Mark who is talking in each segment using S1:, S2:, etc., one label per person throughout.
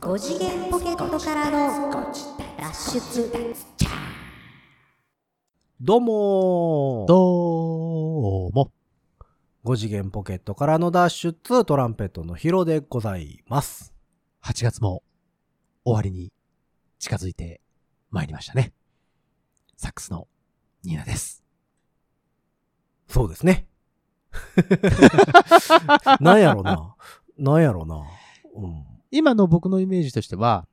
S1: 5次元ポケットからの脱出
S2: どうもー
S3: どうも。
S2: 5次元ポケットからの脱出、トランペットのヒロでございます。
S3: 8月も終わりに近づいてまいりましたね。サックスのニーナです。
S2: そうです ね。なんやろな。なんやろな。うん
S3: 今の僕のイメージとしては、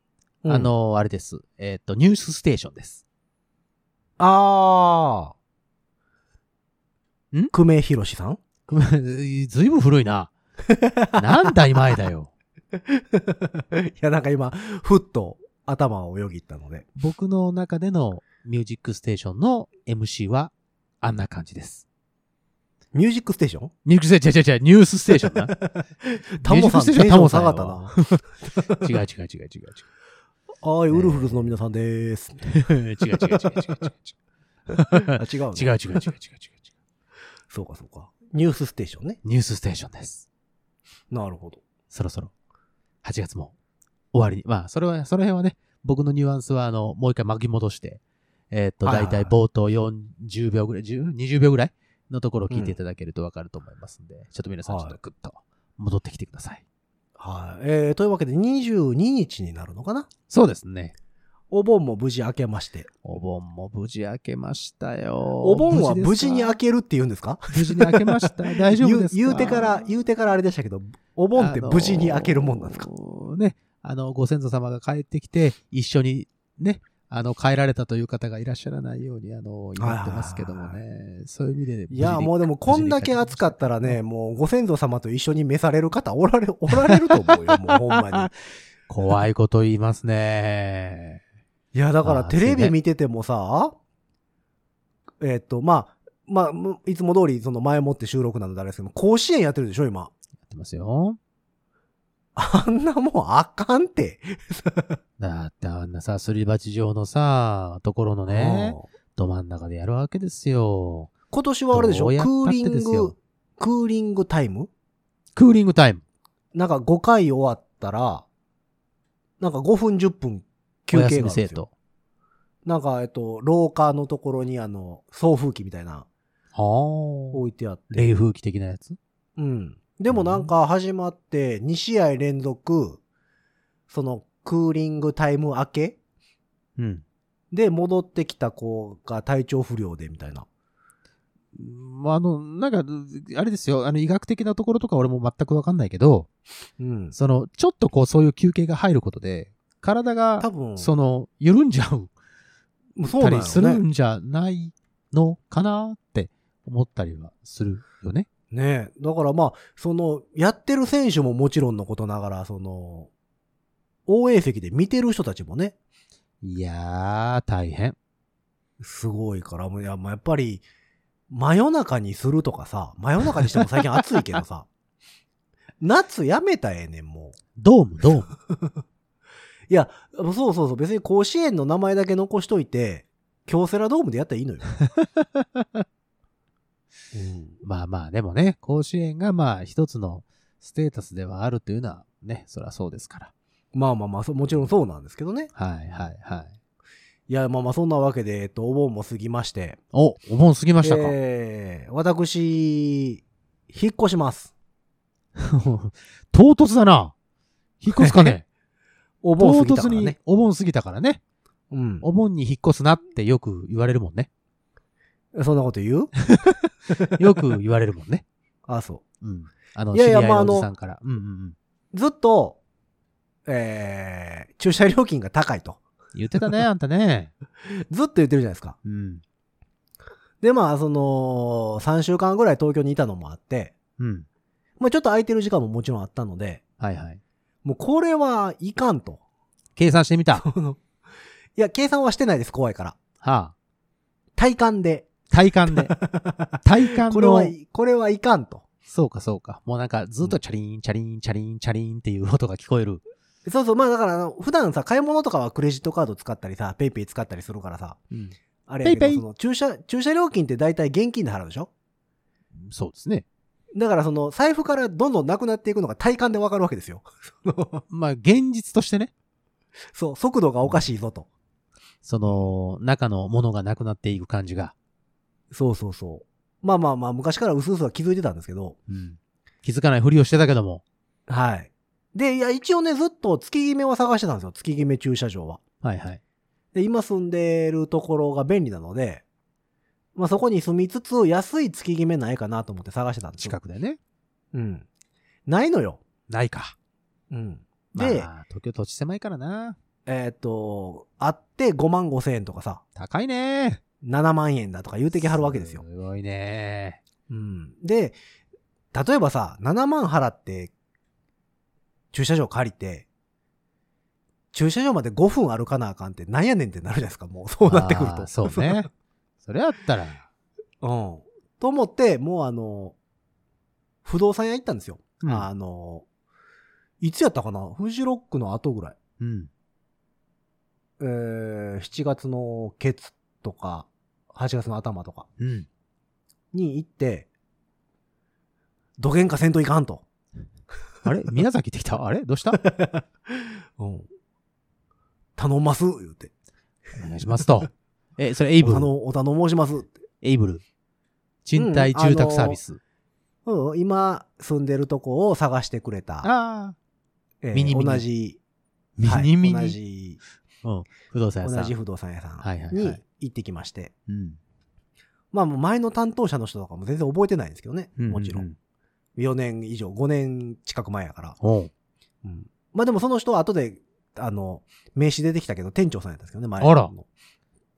S2: うん。
S3: あ、の、あれです。えっ、と、ニュースステーションです。
S2: あー。
S3: ん
S2: 久米宏さん
S3: ごめん ずいぶん古いな。何代前だよ。
S2: いや、なんか今、ふっと頭をよぎったので。
S3: 僕の中でのミュージックステーションの MC はあんな感じです。
S2: ミュージックステーション
S3: ニュースステーション、違う違う違う、ニュースステーションな。
S2: タモさん、
S3: ミュージックステー
S2: テ
S3: シ
S2: ン
S3: ョン
S2: シ
S3: タ
S2: ョン
S3: モ
S2: 下
S3: さん
S2: が
S3: や
S2: った
S3: わ
S2: な。
S3: 違う違う違う違う違う。
S2: はーい、ウルフルズの皆さんでーす。
S3: 違う違う違う違う違う違う。違う違う違う違う違う違
S2: あ違うの
S3: う 違う違う。
S2: そうか、そうか。ニュースステーションね。
S3: ニュースステーションです。
S2: なるほど。
S3: そろそろ。8月も終わりに。まあ、それは、その辺はね、僕のニュアンスは、あの、もう一回巻き戻して、えーっと、
S2: はいはい
S3: だ
S2: はい
S3: いたい冒頭40秒ぐらい、10 20秒ぐらいのところを聞いていただけるとわかると思いますんで、ちょっと皆さん、
S2: はい
S3: ちょっとグッと戻ってきてください。
S2: はい。えー、というわけで22日になるのかな
S3: そうですね。
S2: お盆も無事明けまして。
S3: お盆も無事明けましたよ。
S2: お盆は無事に明
S3: 明け、
S2: けるって言うんですか
S3: 無事に明けました。大丈夫ですか
S2: 言う言うてから、言うてからあれでしたけど、お盆って無事に明けるもんなんですか、
S3: あのーね、あの、ご先祖様が帰ってきて、一緒にね、あの、帰られたという方がいらっしゃらないように、あの、祈ってますけども
S2: はい
S3: ね。そういう意味で。
S2: いや、もうでもこんだけ暑かったらね、もうご先祖様と一緒に召される方おられ、 おられると思うよ、もうほんま
S3: 怖いこと言いますね。
S2: に。 いや、だから
S3: あー
S2: テレビ見ててもさ、えっと、まあ、まあむ、いつも通りその前もって収録なのであれですけど、甲子園やってるでしょ、今。
S3: やってますよ。
S2: あんなもんあかんって。
S3: だってあんなさ、すり鉢状のさ、ところのね、
S2: うん
S3: ど真ん中でやるわけですよ。
S2: 今年はあれでしょ
S3: ど
S2: ク
S3: うやった
S2: ー
S3: っ
S2: リ
S3: て
S2: ン
S3: です
S2: グ
S3: よ、
S2: クーリングタイム
S3: クーリングタイム。
S2: なんか5回終わったら、なんか5分10分休憩
S3: お
S2: があ
S3: 休
S2: るん
S3: み
S2: で
S3: 生
S2: すよ。
S3: 徒。
S2: なんか、えっと、廊下のところにあの、送風機みたいな
S3: はあ。
S2: 置いてあって。
S3: 冷風機的なやつ
S2: うん。でもなんか始まって2試合連続、そのクーリングタイム明け
S3: うん。
S2: で戻ってきた子が体調不良でみたいな。
S3: まあ、あの、なんか、あれですよ、あの、医学的なところとか俺も全くわかんないけど、
S2: うん。
S3: その、ちょっとこう、そういう休憩が入ることで、体
S2: 多
S3: が、
S2: 分、
S3: その、緩んじゃう、
S2: そう
S3: た
S2: なん
S3: りする
S2: よね。
S3: んじゃないのかなって思ったりはするよね。
S2: ねえ。だからまあ、その、やってる選手ももちろんのことながら、その、応援席で見てる人たちもね、
S3: いやー、大変。
S2: すごいから、もういやまあやっぱり、真夜中にするとかさ、真夜中にしても最近暑いけどさ、 夏やめたらええねん、も
S3: ドーム、ドーム。
S2: う。そうそうそう、別に甲子園の名前だけ残しといて、京セラドームでやったらいい のよ。うん
S3: まあまあ、でもね、甲子園がまあ、一つのステータスではあるというのは、ね、そりゃそうですから。
S2: まあまあまあ、そうもちろんそうなんですけどね。
S3: はい、はい、はい。
S2: いや、まあまあ、そんなわけで、えっと、お盆も過ぎまして、
S3: お、お盆過ぎましたか。
S2: えー私、引っ越します。
S3: 唐突だな。引っ越すかね
S2: お盆過
S3: 唐
S2: ぎたか
S3: 突
S2: ら
S3: に
S2: ね。
S3: お盆過ぎたからね。
S2: うん。
S3: お盆に引っ越すなってよく言われるもんね。
S2: そんなこと言う
S3: よく言われる もんね。
S2: あ、そ
S3: うん。あの、
S2: い
S3: 知
S2: やい
S3: り
S2: や
S3: 合い
S2: まあ
S3: の
S2: あの
S3: おじさんから。うんうんうん。
S2: う。ずっと、えー、駐車料金が高いと。
S3: 言って たね、あんたね。
S2: ずっと言ってるじゃないですか。
S3: うん。
S2: で、まあ、その、3週間ぐらい東京にいたのもあって、
S3: うん。
S2: まあ、ちょっと空いてる時間ももちろんあったので、
S3: はいはい。
S2: もうこれはいかんと。
S3: 計算してみ た。は
S2: はいや、計算はしてないです、怖いから。
S3: あ。
S2: 体感で。
S3: 体感で。体感
S2: これは
S3: の。、
S2: これはいかんと。
S3: そうかそうか。もうなんかずっとチャリン、チャリン、チャリン、チャリンっていう音が聞こえる。
S2: そうそう、まあだからあの、普段さ、買い物とかはクレジットカード使ったりさ、ペイペイ使ったりするからさ、
S3: うん。
S2: あれやけど
S3: ペイペイ
S2: その駐車、駐車料金って大体現金で払うでしょ
S3: そうですね。
S2: だからその財布からどんどんなくなっていくのが体感でわかるわけですよ。
S3: まあ現実としてね。
S2: そう、速度がおかしいぞと。
S3: その、中のものがなくなっていく感じが。
S2: そうそうそう。まあまあまあ、昔からうすうすは気づいてたんですけど、
S3: うん。気づかないふりをしてたけども。
S2: はい。で、いや、一応ね、ずっと月決めは探してたんですよ。月決め駐車場は。
S3: はいはい。
S2: で、今住んでるところが便利なので、まあそこに住みつつ、安い月決めないかなと思って探してたんですよ
S3: 近。くでね。
S2: うん。ないのよ。
S3: ないか。
S2: うん。で、
S3: で、まあ、東京土地狭いからな。
S2: えーっと、あって5万5千円とかさ、
S3: 高いね。
S2: 7万円だとか言うてきはるわけですよ。
S3: すごいね。
S2: うん。で、例えばさ、7万払って、駐車場借りて、駐車場まで5分歩かなあかんってなんやねんってなるじゃないですか、もう。そうなってくる
S3: あー
S2: と。
S3: そう ね。それあったら、
S2: うん。と思って、もうあの、不動産屋行ったんですよ。
S3: うん
S2: あの、いつやったかなフジロックの後ぐらい。
S3: うん。
S2: えー、7月のケツとか、8月の頭とか
S3: うん。
S2: に行って、どげんかせんといかんと。
S3: あれ宮崎行ってきたあれどうした
S2: うん。頼んます言うて。
S3: お願いしますと。 え、それエイブ
S2: お
S3: ル。
S2: 頼お頼申しますって。
S3: エイブル。賃貸住宅サービス。
S2: うん、今住んでるとこを探してくれた。
S3: ああ。
S2: えー
S3: ミニミニ
S2: 同じ、
S3: ミ
S2: はい
S3: ニミニ。
S2: 同じ、
S3: うん。不動産屋さん。
S2: 同じ不動産屋さ
S3: はいはい
S2: ん
S3: は
S2: に
S3: い
S2: 行ってきまして。
S3: うん。
S2: まあもう前の担当者の人とかも全然覚えてないんですけどね。
S3: う
S2: もちろ。。
S3: うん
S2: 4年以上、5年近く前やから。
S3: おう
S2: うんまあでもその人は後で、あの、名刺出てきたけど、店長さんやったんですけどね、前
S3: あら
S2: の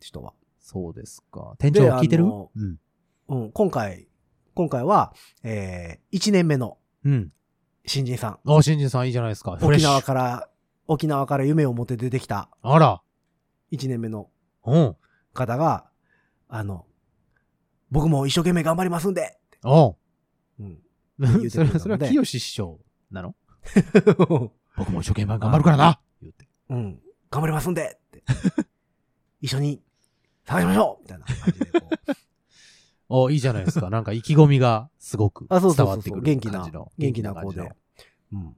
S2: 人は。
S3: そうですか。店長聞いてる
S2: あの
S3: うん。
S2: うん、今回、今回は、えー、1年目の
S3: うん。
S2: 新人さん。
S3: あ、新人さんいいじゃないですか。フレッ
S2: 沖
S3: シュ
S2: 縄から、沖縄から夢を持って出てきた
S3: あら。
S2: 1年目の
S3: うん。
S2: 方が、あの、僕も一生懸命頑張りますんで、
S3: お
S2: うん、言う
S3: う
S2: て
S3: それ
S2: くれたので
S3: は、それは清志師匠なの
S2: う
S3: 僕も一生懸命頑張るからな言って。
S2: ん、頑張りますんでって一緒に探しましょうみたいな感じでこ う。
S3: おいいじゃな いですか。なんか意気込みがすごく
S2: あ、
S3: 伝
S2: そうそう
S3: わ
S2: そ
S3: っ
S2: う
S3: て
S2: そ
S3: く
S2: う、
S3: る
S2: 元気
S3: 感
S2: な
S3: じの、
S2: 元気な子
S3: 元
S2: で
S3: 気。
S2: うん。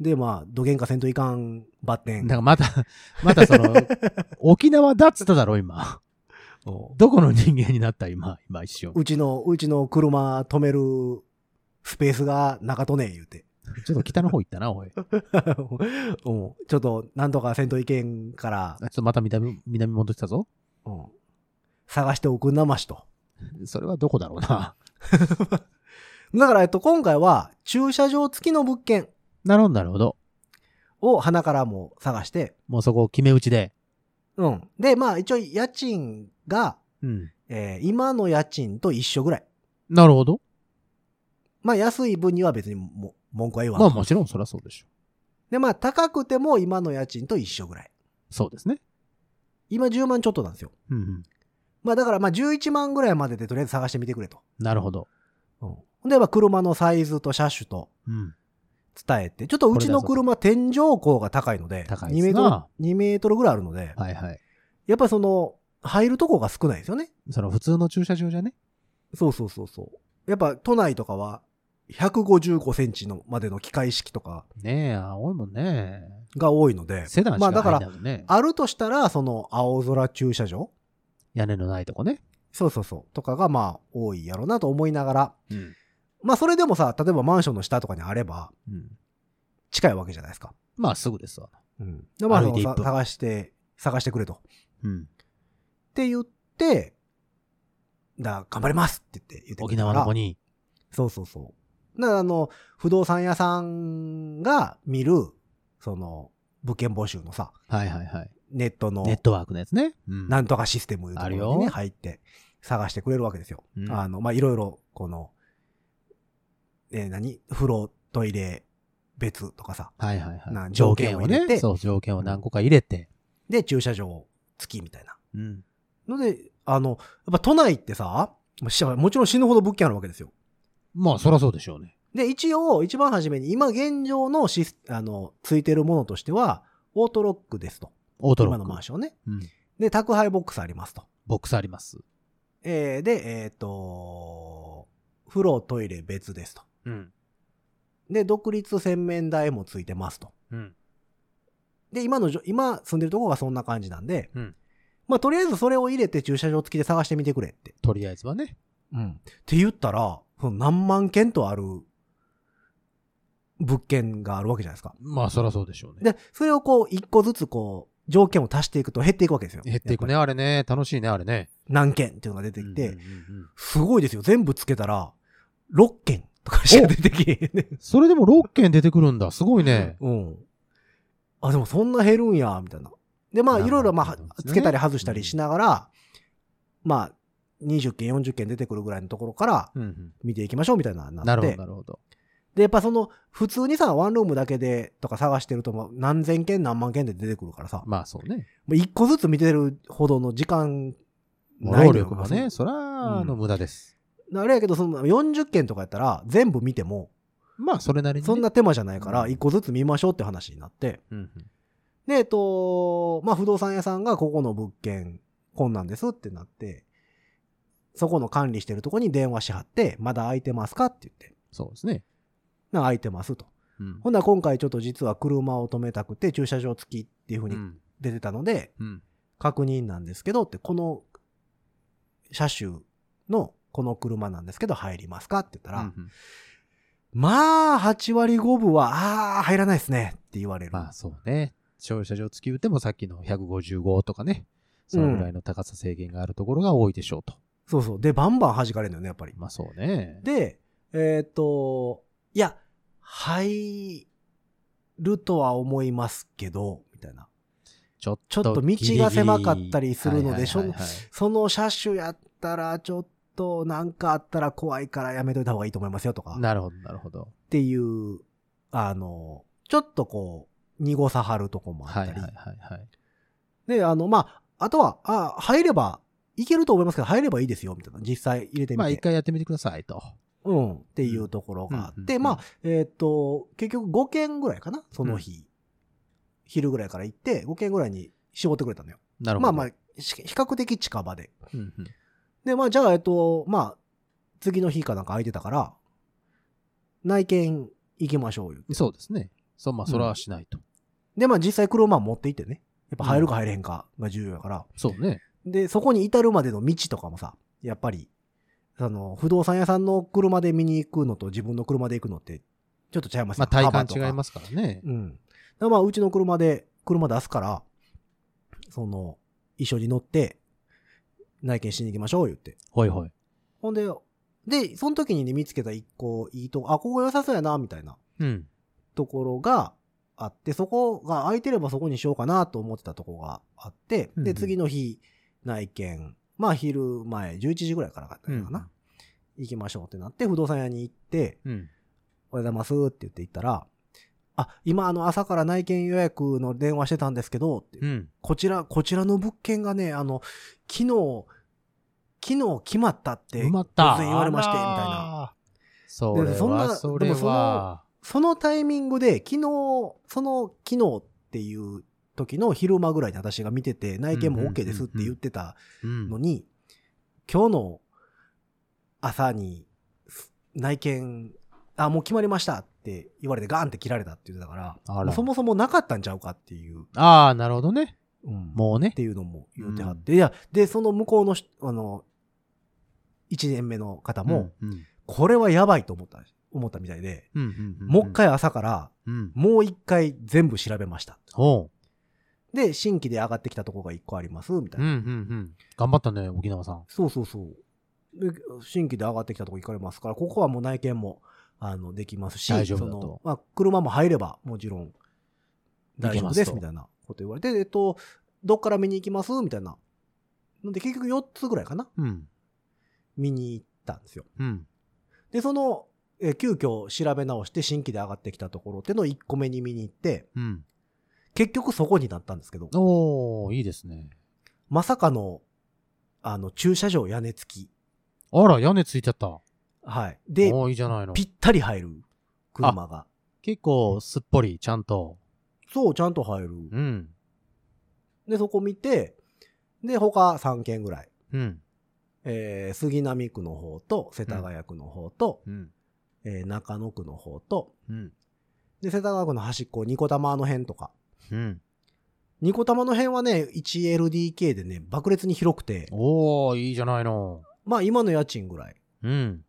S2: で、まあ、どげんかせんといかんバッテ
S3: 感じの
S2: ン
S3: なん。かまた、 また その、沖縄だっつっただろ、今。
S2: おう
S3: どこの人間になった、今、今一瞬。
S2: うちの、うちの車止めるスペースが中とねえ言うて。
S3: ちょっと北の方行ったな、おい。あ
S2: うんちょっと、なんとかせんといけんから、
S3: ちょっとまた南、南戻ってきたぞ。
S2: うん探しておくんなましと。
S3: それはどこだろうな。
S2: だから、えっと、今回は駐車場付きの物件
S3: なるほど、なるほど。
S2: を花からも探して、
S3: もうそこを決め打ちで。
S2: うん。で、まあ、一応、家賃が、
S3: うん。
S2: えー今の家賃と一緒ぐらい。
S3: なるほど。
S2: まあ、安い分には別にも文句は言わ
S3: ま
S2: な
S3: あ
S2: い。
S3: もちろんそりゃそうでしょ
S2: で、まあ、高くても今の家賃と一緒ぐらい。
S3: う。そうですね。
S2: 今10万ちょっとなんですよ。
S3: うん、うん。
S2: まあ、だから、まあ、11万ぐらいまででとりあえず探してみてくれと。
S3: なるほど。
S2: うん。で、まあ、車のサイズと車種と
S3: うん。
S2: 伝えて、ちょっとうちの車天井高が高いので、
S3: 高いで
S2: 2
S3: す
S2: メート
S3: な
S2: ル、2メートルぐらいあるので、
S3: はいはい。
S2: やっぱりその、入るとこが少ないですよね。
S3: その普通の駐車場じゃね。
S2: そうそうそうそう。やっぱ都内とかは155センチのまでの機械式とか
S3: ねえ、青いもんね。
S2: が多いので。
S3: セダンし
S2: まあ
S3: か
S2: だか
S3: 入
S2: ら
S3: んないもんね。
S2: あるとしたら、その青空駐車場
S3: 屋根のないとこね。
S2: そうそうそう。とかがまあ多いやろうなと思いながら。
S3: うん。
S2: まあそれでもさ、例えばマンションの下とかにあれば
S3: うん。
S2: 近いわけじゃないですか。
S3: まあすぐですわ。
S2: うん。で、まあそ
S3: 歩い
S2: のさ
S3: て一分
S2: 探して、探してくれと。っ
S3: うん。
S2: て言って、だ頑張りますって言って言ってくれ
S3: 沖
S2: たか
S3: 縄
S2: ら
S3: の子に。
S2: そうそうそう。だからあの、不動産屋さんが見る、その、物件募集のさ、
S3: はいはいはい。
S2: ネットの、
S3: ネットワークのやつね。うん。
S2: なんとかシステムいうところに
S3: ある
S2: ね、
S3: よ
S2: 入って、探してくれるわけですよ。
S3: うん
S2: あの、まあ、いろいろ、この、えー何風呂、トイレ、別とかさ。
S3: はいはいは。
S2: ない条件を入れて
S3: そう、条件を何個か入れて。
S2: で、駐車場付きみたいな。
S3: うん。
S2: ので、あの、やっぱ都内ってさ、しもちろん死ぬほど物件あるわけですよ。
S3: まあそりゃそうでしょうね。
S2: で、一応、一番初めに、今現状のシス、あの、ついてるものとしては、オートロックですと。
S3: オートロ
S2: 今
S3: ッ
S2: のマン
S3: ク。
S2: ションね。
S3: うん。
S2: で、宅配ボックスありますと。
S3: ボックスあります。
S2: えーで、えっ、と、風呂、トイレ別ですと。
S3: うん。
S2: で、独立洗面台もついてますと。
S3: うん。
S2: で、今のじょ、今住んでるとこがそんな感じなんで、
S3: うん
S2: まあ、とりあえずそれを入れて駐車場付きで探してみてくれって。
S3: とりあえずはね。
S2: って言ったら、その何万件とある物件があるわけじゃないですか。
S3: まあ、そらそうでしょうね。
S2: で、それをこう、一個ずつこう、条件を足していくと減っていくわけですよ。
S3: 減っていくね、
S2: やっぱ
S3: あれね。楽しいね、あれね。
S2: り何件っていうのが出てきて、
S3: うんうんうんうん
S2: すごいですよ。全部つけたら、6件とかしか出てきへんね。
S3: それでも6件出てくるんだ。すごいね。
S2: うん。あ、でもそんな減るんや、みたいな。で、まあ、
S3: なるほど
S2: いろいろ、ま
S3: そうです
S2: あ、
S3: ね
S2: つけたり外したりしながら、まあ、20件、40件出てくるぐらいのところから
S3: うんうん
S2: 見ていきましょう、みたいなのに
S3: な
S2: なっ
S3: るほ
S2: て
S3: ど、。なるほど。
S2: で、やっぱその、普通にさ、ワンルームだけでとか探してると、もう何千件、何万件で出てくるからさ、も
S3: まあ、そうね。
S2: う一個ずつ見てるほどの時間、
S3: もう
S2: ない
S3: 労
S2: のよ
S3: 力もね、そら、あの無駄です。
S2: あれやけど、その40件とかやったら、全部見ても、
S3: まあ、それなりにね。
S2: そんな手間じゃないから、
S3: うん
S2: 一個ずつ見ましょうって話になって。
S3: うん
S2: で、えっと、まあ、不動産屋さんがここの物件、こんなんですってなって、そこの管理してるとこに電話しはって、まだ空いてますかって言って、
S3: そうですね。
S2: な空いてますと。
S3: うん
S2: ほんなら今回ちょっと実は車を止めたくて、駐車場付きっていう風
S3: う
S2: に
S3: ん
S2: 出てたので、
S3: うん
S2: 確認なんですけどって、この車種のこの車なんですけど入りますかって言ったら、
S3: うん
S2: まあ、8割5分は、ああ、入らないですねって言われる。
S3: まあ、そうね。駐車場付き打てもさっきの155とかね。そのぐらいの高さ制限があるところが多いでしょうと。
S2: そうそう。で、バンバン弾かれるのよね、やっぱり。
S3: まあ、そうね。
S2: で、えっ、と、いや、入るとは思いますけど、みたいな。
S3: ちょっ
S2: ちょっと道が狭かったりするのでしょ
S3: はいはいはいはい
S2: その車種やったら、ちょっとなんかあったら怖いからやめといた方がいいと思いますよとか、っ
S3: なるほど、なるほど。
S2: ていう、あの、ちょっとこう、濁さはるとこもあった
S3: はい
S2: り。
S3: はいはいはい。
S2: で、あの、まあ、あとは、あ入れば、いけると思いますけど、入ればいいですよ、みたいな。実際入れてみて。
S3: まあ、一回やってみてくださいと。
S2: うん、っていうところがあっ
S3: うんうんうん
S2: て、
S3: うん
S2: まあ、えーっと、結局5件ぐらいかな、その日。昼ぐらいから行って、5件ぐらいに絞ってくれたのよ。
S3: なるほ
S2: まあ
S3: ど。
S2: まあ
S3: あ、、
S2: し比較的近場で。
S3: うんうん
S2: で、まあ、じゃあ、えっと、まあ、次の日かなんか空いてたから、内見行きましょうよ。
S3: そうですね。そう、まあ、それはしないと。
S2: で、まあ、実際車持って行ってね。やっぱ入るか入れへんかが重要やから。
S3: そうね。
S2: で、そこに至るまでの道とかもさ、やっぱり、その、不動産屋さんの車で見に行くのと自分の車で行くのって、ちょっと違います
S3: まあ、
S2: よ
S3: 体
S2: 幅とか
S3: 感違いますからね。
S2: うん。だからまあ、うちの車で、車出すから、その、一緒に乗って、内見しに行きましょう、言って。
S3: ほいほい。
S2: ほんで、で、その時にね、見つけた一個いいとこ、あ、ここ良さそうやな、みたいな
S3: うん。
S2: ところがあって、そこが空いてればそこにしようかなと思ってたところがあって、
S3: うんう
S2: で、
S3: ん
S2: 次の日、内見、まあ、昼前、11時ぐらいからだったのかな。行きましょうってなって、不動産屋に行って、
S3: うん。
S2: おはようございますって言って行ったら、あ、今あの朝から内見予約の電話してたんですけど、って
S3: うん。
S2: こちら、こちらの物件がね、あの、昨日、昨日決まったって、
S3: 埋まった。
S2: 突然言われまして
S3: あら
S2: み
S3: ー
S2: たいな。
S3: それ
S2: でそん
S3: は、
S2: な
S3: それ
S2: でもそ
S3: は
S2: の。そのタイミングで、昨日、その昨日っていう時の昼間ぐらいに私が見てて、内見も
S3: うんうんうんうん
S2: OK ですって言ってた
S3: うん
S2: のに、今日の朝に、内見、あ、もう決まりましたって言われてガーンって切られたって言ってたから、
S3: あ
S2: も
S3: ら
S2: うそもそもなかったんちゃうかっていう、
S3: ああ、なるほど
S2: っ
S3: ね。もうね
S2: て。いうのも言ってはって、いや、で、その向こうのし、あの、1年目の方も、
S3: うん、うん。
S2: これはやばいと思った、思ったみたいで、
S3: うんうんうん。
S2: もう一。回朝から、
S3: うん。
S2: もう一回全部調べました。
S3: ほ
S2: で、新規で上がってきたとこが一個あります、みた
S3: う。
S2: いうな。
S3: んうんうん。頑張ったね、沖縄さん。
S2: そうそうそう。で新規で上がってきたとこ行かれますから、ここはもう内見も、あの、できますし、
S3: 大丈夫だ
S2: そ
S3: と
S2: の、まあ、車も入れば、もちろん、大丈夫で
S3: 行けま
S2: す、
S3: すと
S2: みたいなこと言われて、えっと、どっから見に行きますみたいな。ので、結局4つぐらいかな
S3: うん。
S2: 見に行ったんですよ。
S3: うん。
S2: で、その、えー急遽調べ直して新規で上がってきたところっていうのを1個目に見に行って、
S3: うん。
S2: 結局そこになったんですけど、
S3: おー、いいですね。
S2: まさかの、あの、駐車場屋根付き。
S3: あら、屋根ついちゃった。
S2: はい。で、
S3: おー、いいじゃないの。
S2: ぴったり入る。車が。
S3: 結構、すっぽり、ちゃんと。
S2: そう、ちゃんと入る。
S3: うん。
S2: で、そこ見て、で、他3軒ぐらい。
S3: うん。
S2: えー、杉並区の方と、世田谷区の方と、
S3: うん。
S2: えー中野区の方と、
S3: うん。
S2: で、世田谷区の端っこ、ニコ玉の辺とか、
S3: うん。
S2: ニコ玉の辺はね、1LDK でね、爆裂に広くて、
S3: おー、いいじゃないの。
S2: まあ今の家賃ぐらい。
S3: うん。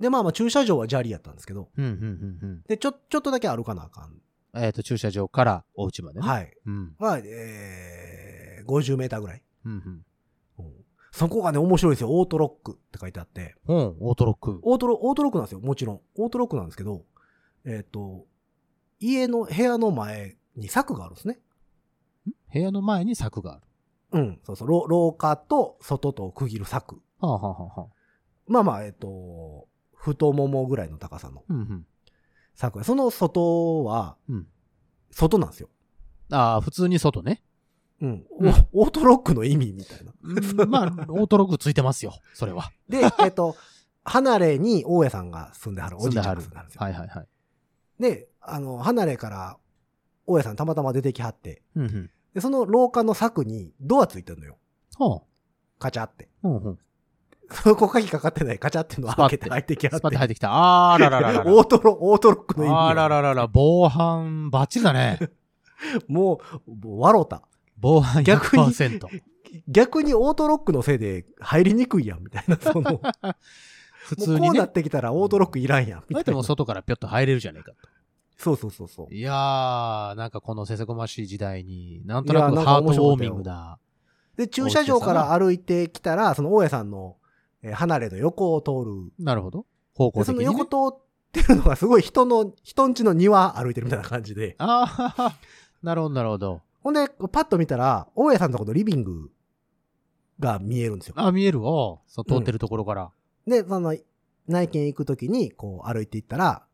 S2: で、まあまあ駐車場は砂利やったんですけど、
S3: うん、うん、うん、
S2: で、ちょ、ちょっとだけ歩かなあかん。
S3: うん。えっ、と、駐車場からお家までね。い。
S2: はい。
S3: うん。
S2: まあ、えー、50メーターぐらい。
S3: うん、
S2: うんそこがね、面白いですよ。オートロックって書いてあって。
S3: うん。うん、オートロック。
S2: オートロ、オートロックなんですよ。もちろん。オートロックなんですけど、えっ、と、家の、部屋の前に柵があるんですね。
S3: 部屋の前に柵がある。
S2: うん。そうそう。ろ廊下と外とを区切る柵。
S3: はあ、はあはあはあ、
S2: まあまあ、えっ、と、太ももぐらいの高さの
S3: うん、うん。
S2: 柵。その外は、
S3: うん
S2: 外なんですよ。
S3: ああ、普通に外ね。
S2: うん。
S3: うん
S2: おオートロックの意味みたいな。
S3: まあ、オートロックついてますよ、それは。
S2: で、えっ、と、離れに大家さんが住んではるおじいちゃんが住んではるんですよ。
S3: はいはいはい。
S2: で、あの、離れから、大家さんたまたま出てきはって、
S3: うんうん。
S2: で、その廊下の柵にドアついてるのよ。
S3: は
S2: カチャって。
S3: あ。うんうん。
S2: そこ鍵かかってないカチャっていうのを開けて入ってきはっ
S3: ス
S2: て
S3: パッ。て入ってきた。あーららららら。
S2: オートロ、オートロックの意味よ。
S3: あらららら、防犯バッチリだね。
S2: もう、もう笑うた。
S3: 防犯
S2: 逆に
S3: 100%。
S2: 逆にオートロックのせいで入りにくいやん、みたいな。その、
S3: 普
S2: も
S3: 通
S2: うこ
S3: に
S2: うなっ
S3: ね。
S2: てきたらオートロックいらんやん、み
S3: どう
S2: た
S3: や
S2: い
S3: っても
S2: な。
S3: 外からぴょっと入れるじゃねえか
S2: そうそうそうそう
S3: と。。いやー、なんかこのせせこましい時代に、なんと
S2: い
S3: な
S2: や
S3: く
S2: なんか
S3: ハート
S2: 面
S3: ウ
S2: 白か
S3: ォー
S2: った
S3: ミ
S2: よ
S3: ングだ。
S2: で、駐車場から歩いてきたら、その大家さんの、えー離れの横を通る。
S3: なるほど。方向
S2: で、
S3: 的
S2: その
S3: に、
S2: 横
S3: ね。
S2: 通ってるのがすごい人の、人んちの庭歩いてるみたいな感じで。
S3: ああ、なるほど、なるほど。
S2: ほんで、パッと見たら、大家さんのとこのリビングが見えるんですよ。
S3: あ、見えるわ。そう通ってるところから。
S2: で、その、内見行くときに、こう歩いていったら、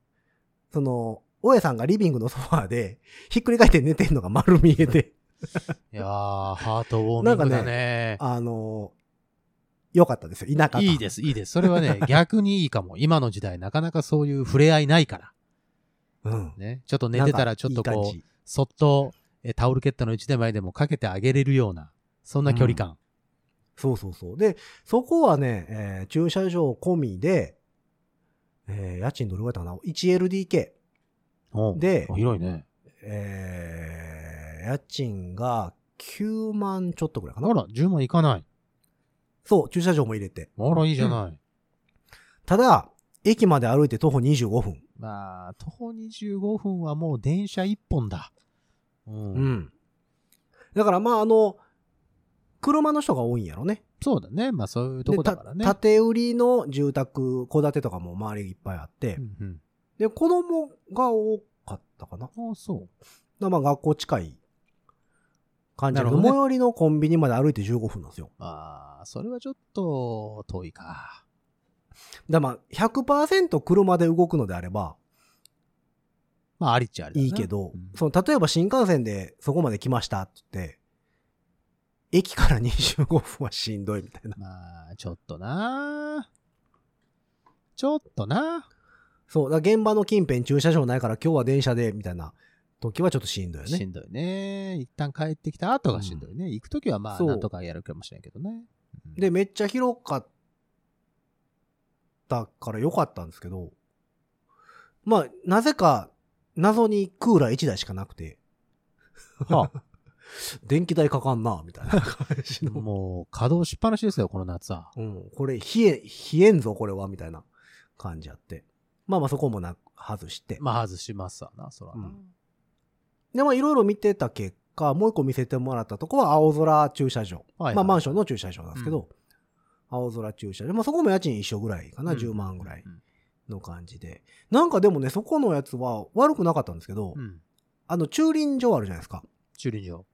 S2: その、大家さんがリビングのソファーで、ひっくり返って寝てんのが丸見え で、
S3: いやー、ハートウォーミングだね。
S2: あのー、よかったですよ。田舎。
S3: いいですす、いいです。それ はね、逆にいいかも。今の時代、なかなかそういう触れ合いないから。
S2: うん。
S3: ね。ちょっと寝てたら、ちょっとこう、
S2: なんかいい感じ
S3: そっと、えータオルケットの一枚でもかけてあげれるような、そんな距離感。
S2: そうそうそう。で、そこはね、えー駐車場込みで、えー家賃どれぐらいだったかな ?1LDK。
S3: おう
S2: で
S3: お広いね。
S2: えー家賃が9万ちょっとぐらい
S3: あ
S2: かな。
S3: ら、10万いかない。
S2: そう、駐車場も入れて。
S3: あら、いいじゃない。
S2: ただ、駅まで歩いて徒歩25分。
S3: まあ、徒歩25分はもう電車1本だ。うん。
S2: うん。だからまああの、車の人が多いんやろね。
S3: そうだね。まあ、そういうとこだからね。
S2: た建て売りの住宅、戸建てとかも周りいっぱいあって。
S3: うん
S2: で、子供が多かったかな。だか
S3: うん。ああ、そ
S2: らまあ学校近い感じだけ
S3: なる
S2: ど
S3: ほどね
S2: 最寄りのコンビニまで歩いて15分なんですよ。
S3: う。まあ、それはちょっと遠いか。
S2: だからまあ100%車で動くのであれば
S3: まあ、ありっちゃありだない
S2: いけど、
S3: うん
S2: その例えば新幹線でそこまで来ましたって言って、駅から25分はしんどいみたいな。
S3: まあ、ちょっとな。ちょっとな。
S2: そう、だから現場の近辺駐車場ないから今日は電車で、みたいな時はちょっとしんどいよ
S3: し
S2: ね。
S3: んどいね。一旦帰ってきた後がしんどいね。行くときはまあ、
S2: そう
S3: なんとかやるかもしれんけ どね。うん
S2: で、、めっちゃ広かったから良かったんですけど、まあ、なぜか謎にクーラー1台しかなくて、
S3: はあ
S2: 電気代かかんな、みたいな感じの。
S3: もう、稼働しっぱなしですよ、この夏は。
S2: うん、これ冷え、冷えんぞ、これは、みたいな感じあって。まあまあそこもな、外して。
S3: まあ、外しますわな、そらな。
S2: うんで、まあいろいろ見てた結果、もう一個見せてもらったとこは青空駐車場。
S3: はいはい
S2: まあマンションの駐車場なんですけど、青空駐車場。まあそこも家賃一緒ぐらいかな、
S3: うん
S2: 10万ぐらい
S3: うん
S2: の感じで。なんかでもね、そこのやつは悪くなかったんですけど、
S3: うん。
S2: あの駐輪場あるじゃないですか。
S3: 駐輪場。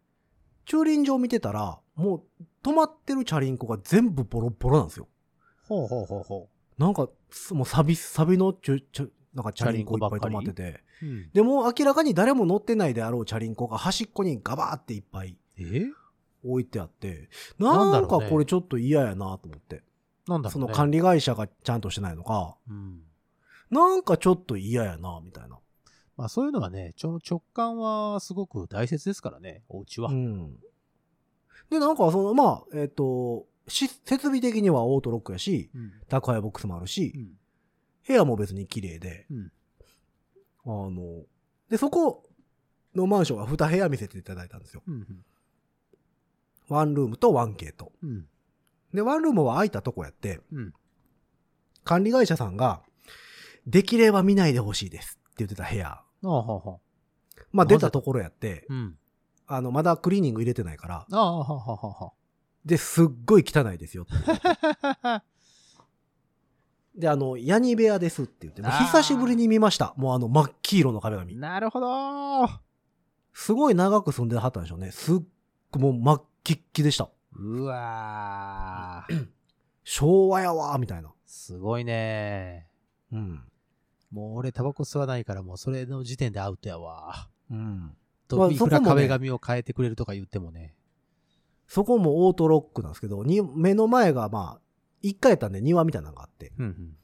S2: 駐輪場見てたら、もう止まってるチャリンコが全部ボロッボロなんですよ。
S3: ほうほうほうほ
S2: なんか、すもうサビ、サビのちゅ、ちゅ、なんかチャリンコいっぱい止まってて。
S3: う。うん、
S2: でも明らかに誰も乗ってないであろうチャリンコが端っこにガバーっていっぱい
S3: え
S2: 置いてあって、
S3: なん
S2: な
S3: だ
S2: ん
S3: ろう
S2: か
S3: ね
S2: これちょっと嫌やなと思って。
S3: なんだろう、
S2: そ
S3: ね、
S2: の管
S3: 理。
S2: 理会社がちゃんとしてないのか、
S3: うん。
S2: なんかちょっと嫌やなみたいな。
S3: まあ、そういうのはね、ちょ直感はすごく大切ですからね、お家は。
S2: うん。で、なんかその、まあ、えっ、と、し設備的にはオートロックやし、
S3: うん。
S2: 宅配ボックスもあるし
S3: う、ん。
S2: 部屋も別に綺麗で、
S3: うん
S2: あの、で、そこ、のマンションは2部屋見せていただいたんですよ。
S3: うんうん
S2: ワンルームとワンケイと。
S3: うん
S2: で、ワンルームは空いたとこやって、
S3: うん
S2: 管理会社さんが、できれば見ないでほしいですって言ってた部屋。
S3: ああはあはあ
S2: まあ
S3: なぜ
S2: 出たところやって、
S3: うん
S2: あの、まだクリーニング入れてないから、
S3: ああはあはあは
S2: で、すっごい汚いですよって。
S3: あはあ
S2: で、あの、ヤニ部屋ですって言って、もう
S3: あー
S2: 久しぶりに見ました。もうあの、真っ黄色の壁紙。
S3: なるほどー
S2: すごい長く住んではったんでしょうね。すっごいもう真っ黄っきでした。
S3: うわー
S2: 昭和やわーみたいな。
S3: すごいね
S2: うん。
S3: もう俺タバコ吸わないからもうそれの時点でアウトやわ
S2: うん。まあ
S3: とい
S2: そ
S3: く
S2: こも
S3: ら
S2: ね
S3: 壁紙を変えてくれるとか言ってもね
S2: そこもオートロックなんですけど、に目の前がまあ、一回やったんで庭みたいなのがあって、
S3: うんうん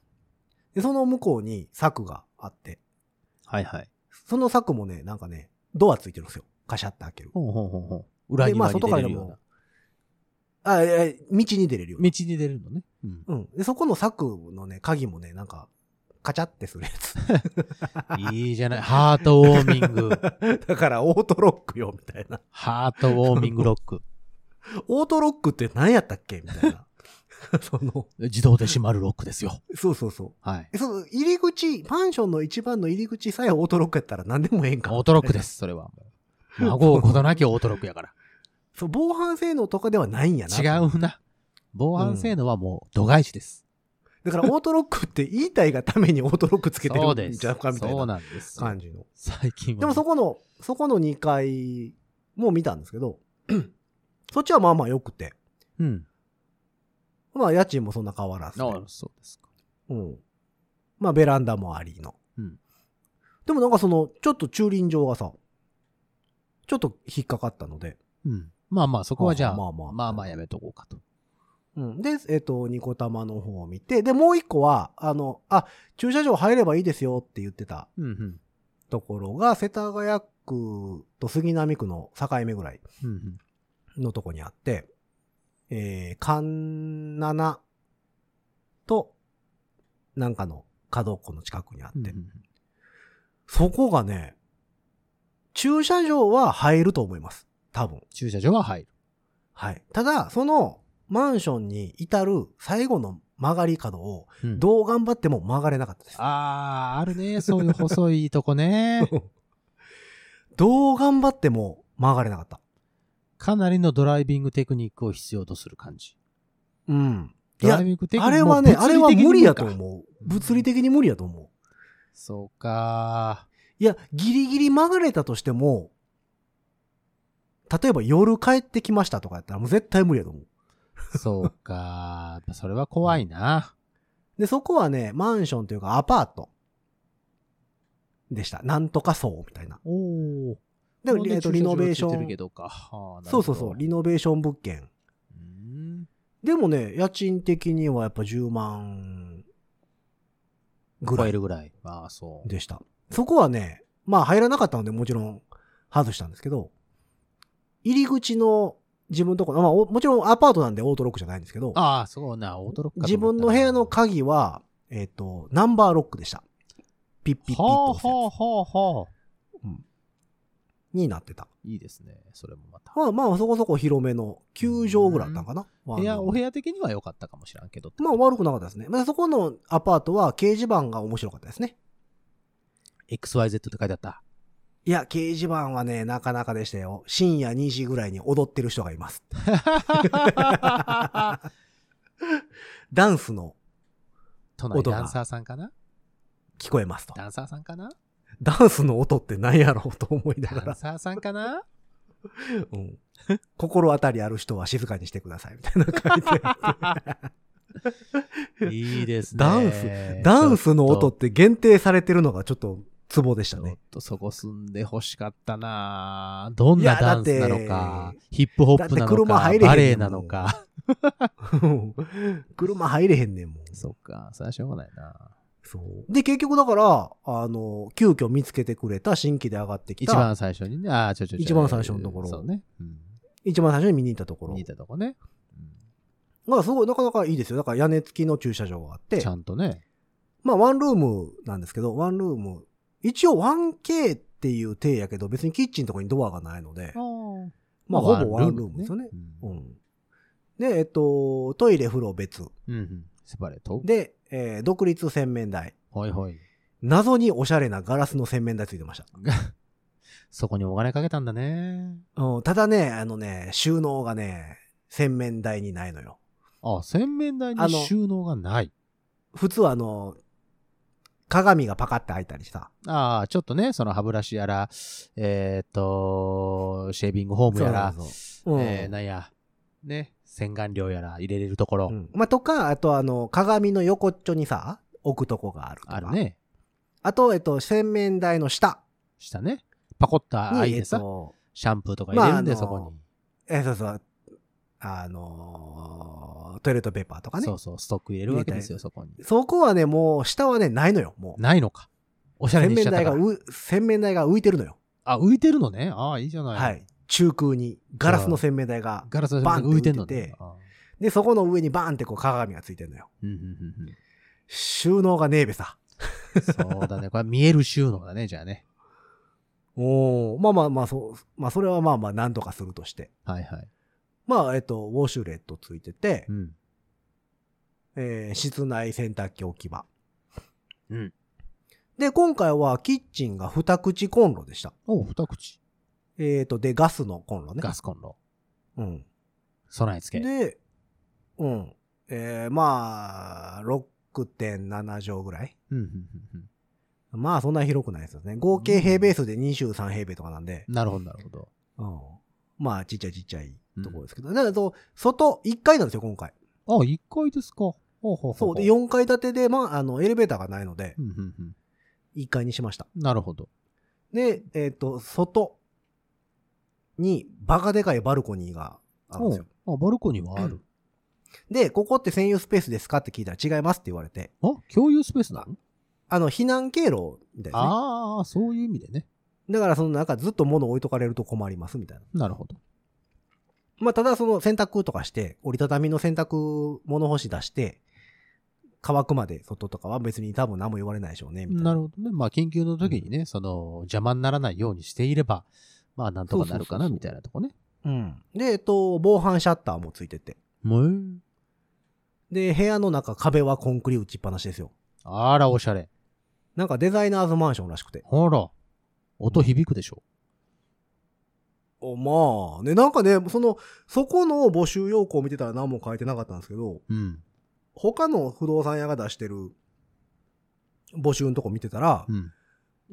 S2: で、その向こうに柵があって、
S3: はいはい
S2: その柵もね、なんかね、ドアついてるんですよ。カシャって開ける。
S3: ほうほうほうほう裏
S2: で、ま
S3: 庭
S2: あ、
S3: に
S2: 外
S3: 出
S2: から
S3: れ
S2: で
S3: るような、
S2: も、あ、いやいや道に出れるような
S3: 道に出れるのね、うん、
S2: うん。で、そこの柵のね、鍵もね、なんか、カチャってするやつ。
S3: いいじゃない。ハートウォーミング。
S2: だから、オートロックよ、みたいな。
S3: ハートウォーミングロック。
S2: オートロックって何やったっけみたいな。 その、
S3: 自動で閉まるロックですよ。
S2: そうそうそう。
S3: はい。
S2: えその、入り口、マンションの一番の入り口さえオートロックやったら何でもええんか。
S3: オートロックです、それは。孫をことなきオートロック やから。
S2: そう、防犯性能とかではないんやな。
S3: 違。うな。防犯性能はもう度外視です。
S2: だから、オートロックって言いたいがためにオートロックつけて
S3: そうで
S2: るん
S3: す。
S2: ちゃうかみたい
S3: そう
S2: な
S3: なんですよ。
S2: 感じの。
S3: 最近は。
S2: でもそこの、そこの2階も見たんですけど、 そっちはまあまあ良くて。
S3: うん。
S2: まあ家賃もそんな変わらずで。
S3: ああ、そうですか。
S2: うん。まあベランダもありの。
S3: うん
S2: でもなんかその、ちょっと駐輪場がさ、ちょっと引っかかったので。
S3: うん。まあまあ、そこはじゃあ、
S2: ま
S3: ま
S2: あ
S3: あ
S2: ま
S3: ま
S2: あ
S3: あ、やめとこうかと。
S2: うん。で、えっ、と、ニコ玉の方を見て、で、もう一個は、あの、あ、駐車場入ればいいですよって言ってた
S3: うんうん。
S2: ところが、世田谷区と杉並区の境目ぐらい
S3: うんうん。
S2: のとこにあって、えー、環七と、なんかの角っこの近くにあって、そこがね、駐車場は入ると思います。多分。
S3: 駐車場は入る。
S2: はい。ただ、そのマンションに至る最後の曲がり角を、
S3: うん
S2: どう頑張っても曲がれなかったです。
S3: ああ、あるね。そういう細いと こね。
S2: どう頑張っても曲がれなかった。
S3: かなりのドライビングテクニックを必要とする感じ。
S2: うん。い
S3: ドラ
S2: や
S3: イ、ビングテクニック
S2: あれはね、
S3: もう
S2: あれは
S3: 物理的に
S2: 無理やと
S3: か
S2: 思う。物理的に無理やと思う。
S3: そうか。
S2: いや、ギリギリ曲がれたとしても、例えば夜帰ってきましたとかやったらもう絶対無理やと思う。
S3: そうか。それは怖いな。
S2: で、そこはね、マンションというかアパートでした。なんとかそうみたいな。
S3: おお。
S2: で、えっと、リノベーショ
S3: け
S2: ン。
S3: どか。はあ
S2: そうそうそう、。リノベーション物件。
S3: な
S2: でもね、家賃的にはやっぱ10万ぐ
S3: ぐ
S2: ら
S3: らい
S2: い
S3: るぐらい。ああ、そう。
S2: でした。そこはね、まあ入らなかったのでもちろん外したんですけど、入り口の自分のところ、まあおもちろんアパートなんでオートロックじゃないんですけど、
S3: ああ、そうな。オートロックかと
S2: 自
S3: 思っ
S2: 分
S3: たな
S2: の部屋の鍵は、えっ、と、ナンバーロックでした。ピッピッピッと
S3: はあ
S2: 押すやつ
S3: はあはあはあ。
S2: になってた。
S3: いいですね。それもまた。
S2: まあまあそこそこ広めの9畳ぐらいあったんかな。
S3: 部
S2: ワン
S3: 屋、
S2: ルー
S3: お
S2: ム
S3: 部屋的には良かったかもしらんけど。
S2: まあ悪くなかったですね。まあ、そこのアパートは掲示板が面白かったですね。
S3: XYZ って書いて あった。
S2: いや、掲示板はね、なかなかでしたよ。深夜2時ぐらいに踊ってる人がい ます。ダンスの
S3: 都内
S2: 音が
S3: ダンサーさんかな
S2: 聞こえますと。
S3: ダンサーさんかな
S2: ダンスの音って何やろうと思いなが
S3: ダン
S2: ら、
S3: サーさんか な
S2: うん、心当たりある人は静かにしてく ださいみたいな書いてあって。
S3: いいですね。
S2: ダンス、ダンスの音って限定されてるのがちょっとツボでし
S3: ち
S2: た
S3: ょっ
S2: ね。
S3: とそこ住んで欲しかったなどんなダンスなの
S2: いやだっ
S3: か
S2: て、
S3: ヒップホップな
S2: だって
S3: の
S2: 車
S3: か
S2: 入、れへんねんもん
S3: バレエなのか。
S2: 車入れへんねんもん。
S3: そっか、それはしょうがないな
S2: そう。で、結局だから、あの、急遽見つけてくれた新規で上がってき
S3: 一
S2: た。
S3: 番最初にね、あーちょちょちょ。
S2: 一番最初のところ
S3: そうね。うん。
S2: 一番最初に見に行ったところ。
S3: 見たとこね。
S2: まあすごい、なかなかいいですよ。だから屋根付きの駐車場があっ
S3: うん
S2: て
S3: ち、ゃんとね。
S2: まあワンルームなんですけど、ワンルーム、一応 1K っていう体やけど、別にキッチンとかにドアがないので、
S3: あ
S2: まあ、ほぼワンルームですよね。
S3: う。
S2: うんん。で、えっと、トイレ、風呂別。
S3: うん。セパレート
S2: で、えー独立洗面台。
S3: はいはい。
S2: 謎におしゃれなガラスの洗面台ついてま した。
S3: そこにお金かけたんだね。
S2: うん、ただね、あのね、収納がね、洗面台にないのよ。
S3: あ、洗面台
S2: あ
S3: に
S2: の
S3: 収納がない。
S2: 普通はあの、鏡がパカって開いたりさ。
S3: ああ、ちょっとね、その歯ブラシやら、えーっと、シェービングホームやら、
S2: そうそうそううん
S3: えーなんや、ね、洗顔料やら入れれるところ、
S2: うんまあ、とか、あとあの、鏡の横っちょにさ、置くとこがあるとか。
S3: ある。ね、
S2: あと、えっと、洗面台の下
S3: 下ね、パコッと
S2: に、
S3: 開い
S2: え
S3: て
S2: っ
S3: さ、
S2: と、
S3: シャンプーとか入れるんで、
S2: まああ
S3: そ
S2: の
S3: こ
S2: えーそうそう、あのートイレットペーパーとか
S3: に。
S2: ね
S3: そ。うそう、ストック入れるわけですよ、そこに。
S2: そこはね、もう、下はね、ないのよ、もう。
S3: ないのか。おしゃれ
S2: 洗
S3: にし
S2: 面
S3: ちゃ
S2: 台
S3: ったか
S2: が
S3: ら。
S2: う、洗面台が浮いてるのよ。
S3: あ、浮いてるのね。ああ、いいじゃない。
S2: はい。中空に、ガラスの洗面台が。
S3: ガラスの洗面台が浮いてんのね。ああ
S2: で、そこの上にバーンってこう鏡がついてるのよ。
S3: うんうんうんう
S2: 収納がねえべさ。
S3: んそう だね。これ見える収納だね、じゃあね。
S2: おおまあまあまあ、そう、まあそれはまあまあなんとかするとして。
S3: はいはい。
S2: まあ、えっと、ウォシュレットついてて、
S3: うん。
S2: えー室内洗濯機置き場。
S3: うん。
S2: で、今回はキッチンが二口コンロでした。
S3: おう二口。
S2: えっ、と、で、ガスのコンロね。
S3: ガスコンロ。
S2: うん。
S3: 備え付け。
S2: で、うん。えー、まあ、6.7畳ぐらい。
S3: うんうんうん
S2: まあ、そんな広くないですよね。合計平米数で23平米とかなんで
S3: う、んなるほど、なるほど。
S2: うん。まあ、ちっちゃいちっちゃいところですけど。だからそう、外1階なんですよ、今回。
S3: あ、一階ですか。ほうほうほうほ
S2: そう。で、4階建てで、まあ、あの、エレベーターがないので
S3: う、んうんうん
S2: 1階にしました。
S3: なるほど。
S2: で、えっ、と、外に、バカでかいバルコニーがあるんですよ。
S3: おうあ、バルコニーはある。
S2: で、ここって専用スペースですかって聞いたら違いますって言われて、
S3: あ、共有スペースなの
S2: あの、避難経路みたいな、ね。
S3: ああ、そういう意味でね。
S2: だから、その中ずっと物置いとかれると困りますみたいな。
S3: なるほど。
S2: まあ、ただその洗濯とかして、折りたたみの洗濯物干し出して、乾くまで外とかは別に多分何も言われないでしょうね、みたいな。
S3: なるほどね。まあ、緊急の時にね、その、邪魔にならないようにしていれば、まあ、なんとかなるか
S2: そうそうそうそ
S3: な、
S2: う
S3: みたいなとこね。
S2: うん。で、えっと、防犯シャッターもついてて。
S3: もう
S2: で、部屋の中壁はコンクリ打ちっぱなしですよ。
S3: あら、おしゃれ。
S2: なんかデザイナーズマンションらしくて。
S3: ほら、音響くでしょ。
S2: おまあ、ね、なんかね、その、そこの募集要項を見てたら何も書いてなかったんですけど、
S3: うん。
S2: 他の不動産屋が出してる募集のとこ見てたら、
S3: うん。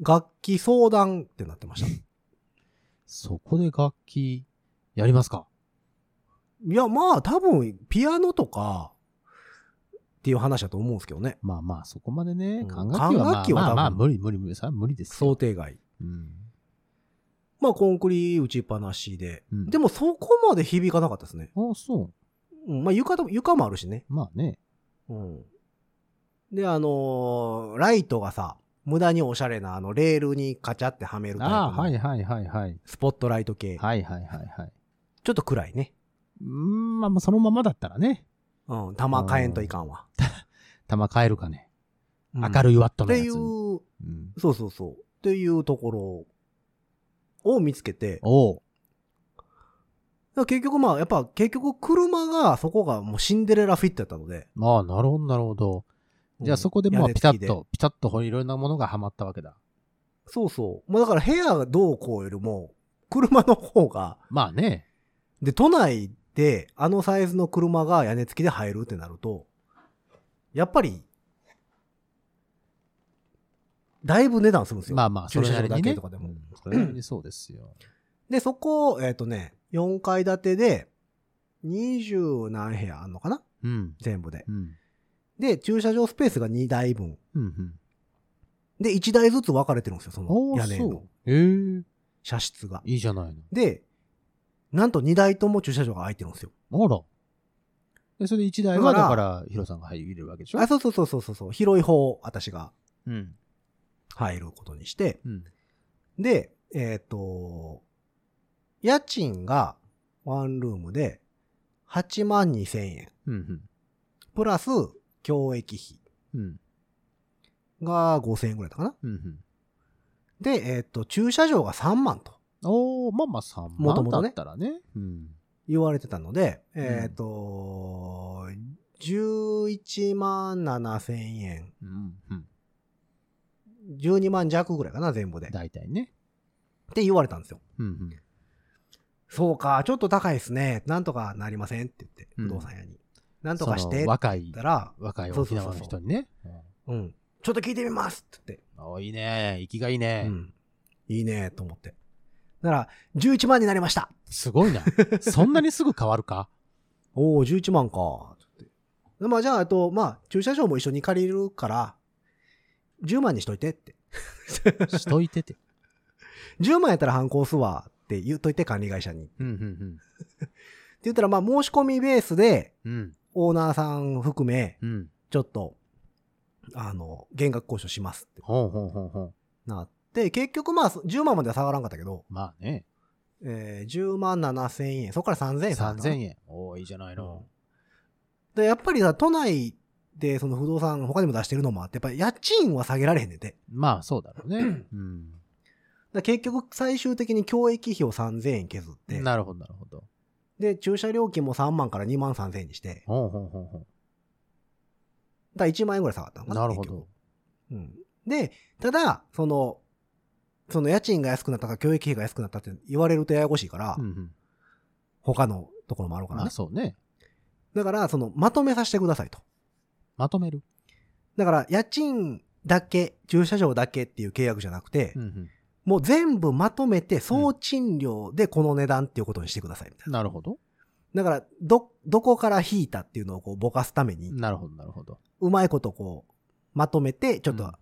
S2: 楽器相談ってなってました。
S3: そこで楽器、やりますか。
S2: いや、まあ、多分、ピアノとか、っていう話だと思うんですけどね。
S3: まあまあ、そこまでね、
S2: うん
S3: 管楽器は、ま
S2: 管
S3: あ、
S2: 楽器は
S3: ま
S2: 多
S3: あ、
S2: 分
S3: まあ、無理無理無理。さ無理ですよ
S2: 想定外。
S3: うん。
S2: まあ、コンクリ打ちっぱなしで。
S3: うん
S2: でも、そこまで響かなかったですね。
S3: あそう。
S2: うん、まあ、床と、床もあるしね。
S3: まあね。
S2: うん。で、あのーライトがさ、無駄におしゃれな、あの、レールにカチャってはめるタイプの
S3: ああ、はいはいはいはい。
S2: スポットライト系。
S3: はいはいはいはい。
S2: ちょっと暗いね。
S3: うーん、まあまあ、そのままだったらね。
S2: うん、玉変えんといかんわ。
S3: 玉変えるかね。明
S2: い
S3: るいワット
S2: っ
S3: の
S2: て
S3: やつ
S2: い
S3: に。
S2: う、
S3: う
S2: そ
S3: ん、
S2: うそうそう。っていうところを見つけて、
S3: おう。
S2: だから結局まあ、やっぱ結局車が、そこがもうシンデレラフィットやったので。
S3: まあ、なるほど、なるほど。じゃあそこで
S2: も
S3: まあ、ピタッ。と、ピタッとこういろんなものがはまったわけだ。
S2: そうそう。もうだから部屋がどうこうよりも、車の方が、
S3: まあね。
S2: で、都内であのサイズの車が屋根付きで入るってなると、やっぱり、だいぶ値段するんですよ。
S3: まあまあ、そ
S2: 駐
S3: れ
S2: 車場
S3: なり
S2: だ
S3: に
S2: け
S3: ね。
S2: とかでも。
S3: うんそれなりにそうですよ。
S2: で、そこ、えっ、とね、4階建てで、20何部屋あんのかな
S3: うん。
S2: 全部で
S3: う。ん。
S2: で、駐車場スペースが2台分。
S3: うん。うん。
S2: で、1台ずつ分かれてるんですよ、その
S3: お
S2: 屋
S3: ー
S2: 根
S3: そ
S2: の
S3: う。ええ。
S2: 射出が。
S3: いいじゃない
S2: で、なんと2台とも駐車場が空いてるんですよ。
S3: の。あら。で、それで1台は
S2: だ
S3: だ
S2: か
S3: からら、ヒロさんが入れるわけでしょ
S2: あ、そうそうそうそうそうそう、広い方、私が
S3: うん。
S2: 入ることにして。
S3: うん。
S2: で、えっ、と、家賃がワンルームで8万2千円。
S3: うん。
S2: プラス、教育費
S3: うん。
S2: が5千円ぐらいだったかな
S3: うん。
S2: で、えっ、と、駐車場が3万と
S3: おー、まあまあ3万
S2: 元々ね
S3: だったらね。うん。
S2: 言われてたので、えっ、と、11万7千円、
S3: うん。うん。
S2: 12万弱ぐらいかな、全部で。っ
S3: 大体ね。
S2: て言われたんですよ。
S3: うんうん。
S2: そうか、ちょっと高いですね。なんとかなりませんって言って、
S3: うん
S2: 不動産屋に。なんとかしてっ
S3: そ
S2: て
S3: の
S2: 言っ
S3: 若い
S2: た、ら、
S3: 若い沖縄の人にね。
S2: うん、ちょっと聞いてみますって
S3: うんおいいね。生きがいい
S2: 言って、
S3: ね
S2: う。ん、いいねと思って。だから、11万になりました
S3: すご いな。そんなにすぐ変わるか
S2: おお、11万か。ってまあじゃあ、あと、まあ、駐車場も一緒に借りるから、10万にしといてって。
S3: しといてて。
S2: 10万やったら反抗すわって言っといて管理会社に。って
S3: うんうん
S2: 言ったら、まあ申し込みベースで、
S3: うん。うん。
S2: オーナーさん含め、
S3: うん。
S2: ちょっと、あの、減額交渉しますって
S3: ほうほうほうほう。
S2: なって、結局まあ、10万までは下がらんかったけど、
S3: まあね。
S2: えー10万7千円、そこから3千円下がったな
S3: 3000円。おー、いいじゃないの。
S2: で、やっぱりさ、都内でその不動産他にも出してるのもあって、やっぱり家賃は下げられへんねんて。だか
S3: まあ、そうだろうね。 うん。
S2: ら結局最終的に教育費を3000円削って、
S3: なるほど、なるほど。
S2: で、駐車料金も3万から2万3000円にして、
S3: ほうほうほうほ
S2: だから1万円ぐらい下がったの
S3: う。
S2: かな。
S3: なるほ
S2: 結
S3: ど。
S2: 局。うん。で、ただ、その、その家賃が安くなったか教育費が安くなったって言われるとややこしいから、
S3: うんうん。
S2: 他のところもあるから
S3: まあ、
S2: ね。
S3: そうね。
S2: だから、その、まとめさせてくださいと。
S3: まとめる。
S2: だから、家賃だけ、駐車場だけっていう契約じゃなくて、
S3: うんうん。
S2: もう全部まとめて総賃料でこの値段っていうことにしてくださいみたいな。
S3: なるほど。
S2: だから、ど、どこから引いたっていうのをこうぼかすために、
S3: なるほど、なるほど。
S2: うまいことこう、まとめて、ちょっ
S3: うん
S2: と、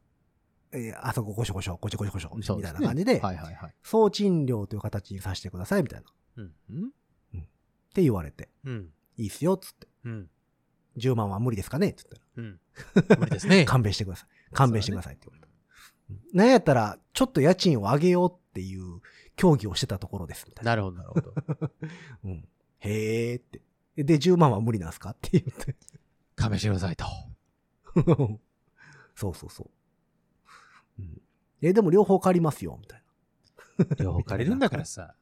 S2: えーあそここしょこしょ、こちょこちょこしょ、
S3: そう
S2: みたい
S3: す
S2: な
S3: ね
S2: 感じで、
S3: はいはいはい。
S2: 総賃料という形にさせてくださいみたいな。っ
S3: うん。うん
S2: て言われて、
S3: うん。
S2: いいっすよ、つって。
S3: うん。
S2: 10万は無理ですかねつったら、
S3: うん。無理ですね。
S2: 勘弁してください。勘弁してくださいって言われた。うんなんやったら、ちょっと家賃を上げようっていう協議をしてたところです、みたいな。
S3: なるほど、なるほど。
S2: うん。へーって。で、10万は無理なんすかって言って。
S3: 勘弁してくだ さいと。
S2: そうそうそう。うん、え、でも両方借りますよ、みたいな。
S3: 両方借りるんだからさ。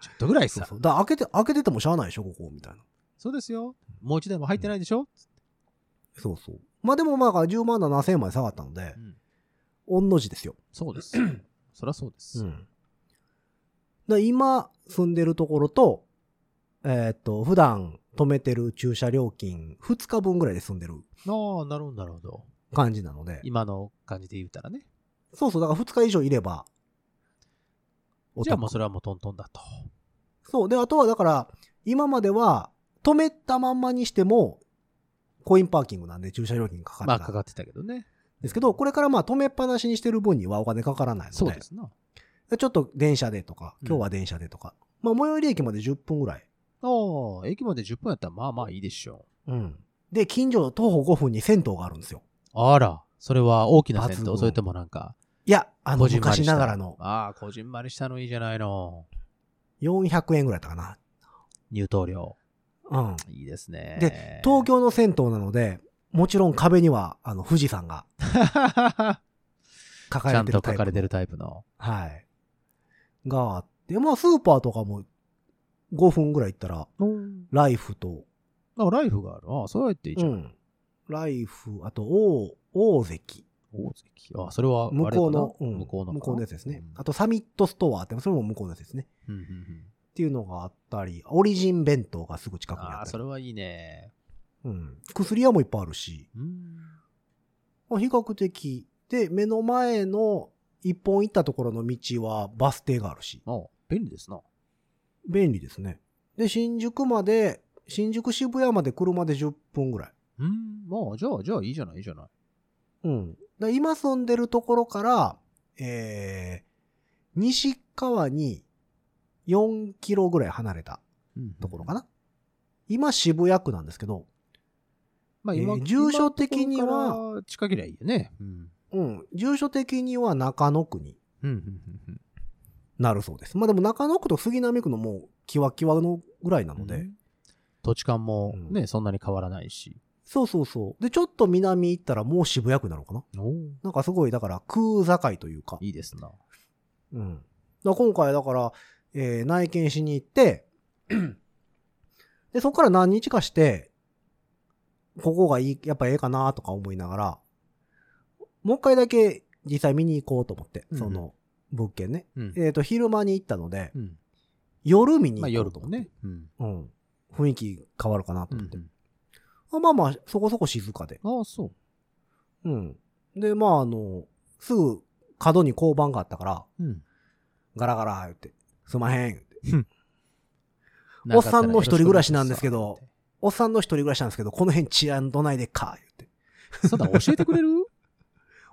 S3: ちょっとぐらい
S2: そう
S3: さ。
S2: そう。だから開けて、開けててもしゃあないでしょ、ここ、みたいな。
S3: そうですよ。もう一台も入ってないでしょ
S2: そうそう。まあでもまあ、10万7千円まで下がったので
S3: う、ん。
S2: 御の字ですよ。
S3: そ うです。そりゃそうです。
S2: ん。だから今、住んでるところと、えーっと、普段止めてる駐車料金、2日分ぐらいで住んでる
S3: ああ、なるほど、なるほど。
S2: 感じなので、
S3: 今の感じで言ったらね。
S2: そうそう、だから2日以上いれば、お
S3: じゃあ
S2: 得
S3: もうそれはもうトントンだと。
S2: そう。で、あとはだから、今までは、止めたまんまにしても、コインパーキングなんで駐車料金かか
S3: まあ、
S2: って
S3: か
S2: た
S3: か
S2: ん
S3: ってたけどね。
S2: ですけど、これからまあ止めっぱなしにしてる分にはお金かからないので、
S3: そうですな。
S2: ちょっと電車でとか、
S3: うん
S2: 今日は電車でとか、まあ最寄り駅まで10分ぐらい。
S3: ああ、駅まで10分やったらまあまあいいでしょ
S2: うん。で、近所の徒歩5分に銭湯があるんですよ。
S3: う。あら、それは大きな銭
S2: 抜
S3: 湯
S2: 群
S3: それともなんか、
S2: いや、あの、
S3: こじんまり
S2: 昔
S3: した
S2: ながらの
S3: ああ、こじんまりしたのいいじゃないの。
S2: 400円ぐらいだったかな。
S3: 入湯料。
S2: うん。
S3: いいですね。
S2: で 東京の銭湯なので、もちろん壁には、あの、富士山が
S3: 京
S2: 書か
S3: ちゃ
S2: れ
S3: ん
S2: て
S3: と
S2: る
S3: 書
S2: タイプの。
S3: かれてるタイプの。
S2: はい。があって、まあスーパーとかも5分ぐらい行ったら、ライフと、
S3: あ、ライフがある。ああ、そうやっていいじゃん。
S2: んライフ、あと、大、大関。
S3: 大関。ああ、それはあれ
S2: 向
S3: かな、
S2: こうの、うん
S3: 向こうのか。
S2: 向こうのやつですね。
S3: うん
S2: あと、サミットストアって、それも向こうのやつですね。
S3: うんうんうん
S2: っていうのがあったり、オリジン弁当がすぐ近くに
S3: あ
S2: あ
S3: あ、
S2: っ
S3: そ
S2: たり。
S3: れはいいね。
S2: うん。薬屋もいっぱいあるし、
S3: うん。
S2: まあ、比較的。で、目の前の一本行ったところの道はバス停があるし。
S3: ああ、便利ですな。
S2: 便利ですね。で、新宿まで、新宿渋谷まで車で10分ぐらい。
S3: うん、まあ、じゃあ、じゃあいいじゃない、いいじゃない。
S2: うん。だ今住んでるところから、えー、西川に4キロぐらい離れた
S3: うん
S2: ところかな。今渋谷区なんですけど、
S3: まあ
S2: えー
S3: 今、
S2: 住所的には
S3: 今のところから近けりゃいいよね。うん。
S2: うん、住所的には中野区に
S3: うん、うん、うん。
S2: なるそうです。まあでも中野区と杉並区のもうキワキワのぐらいなので、
S3: うん土地勘もね、
S2: う
S3: そんなに変わらないし。
S2: そうそうそう。で、ちょっと南行ったらもう渋谷区なのかな
S3: お
S2: なんかすごい、だから空境というか、
S3: いいですな。
S2: うん。だから今回だから、えー内見しに行って、で、そこから何日かして、ここがいい、やっぱええかなとか思いながら、もう一回だけ実際見に行こうと思って、
S3: うん
S2: その物件ね。
S3: うん
S2: えっ、と、昼間に行ったので、
S3: うん。
S2: 夜見に
S3: まあ
S2: 行こ
S3: 夜
S2: うと
S3: と
S2: 思
S3: か
S2: って、
S3: ね。うん。
S2: うん。雰囲気変わるかなと
S3: う
S2: 思って。
S3: ん。
S2: あまあまあ、そこそこ静かで。
S3: ああ、そう。
S2: うん。で、まあ、あの、すぐ角に交番があったから、
S3: うん。
S2: ガラガラ言って、すんまへん言って。
S3: なんかあたら
S2: おっさんの一人暮らしなんですけ
S3: よろ
S2: ど
S3: しくお願いし
S2: おっさんの一人暮らしなんですけど、この辺治安どないでっか言って。
S3: ますってそうだ、教えてくれる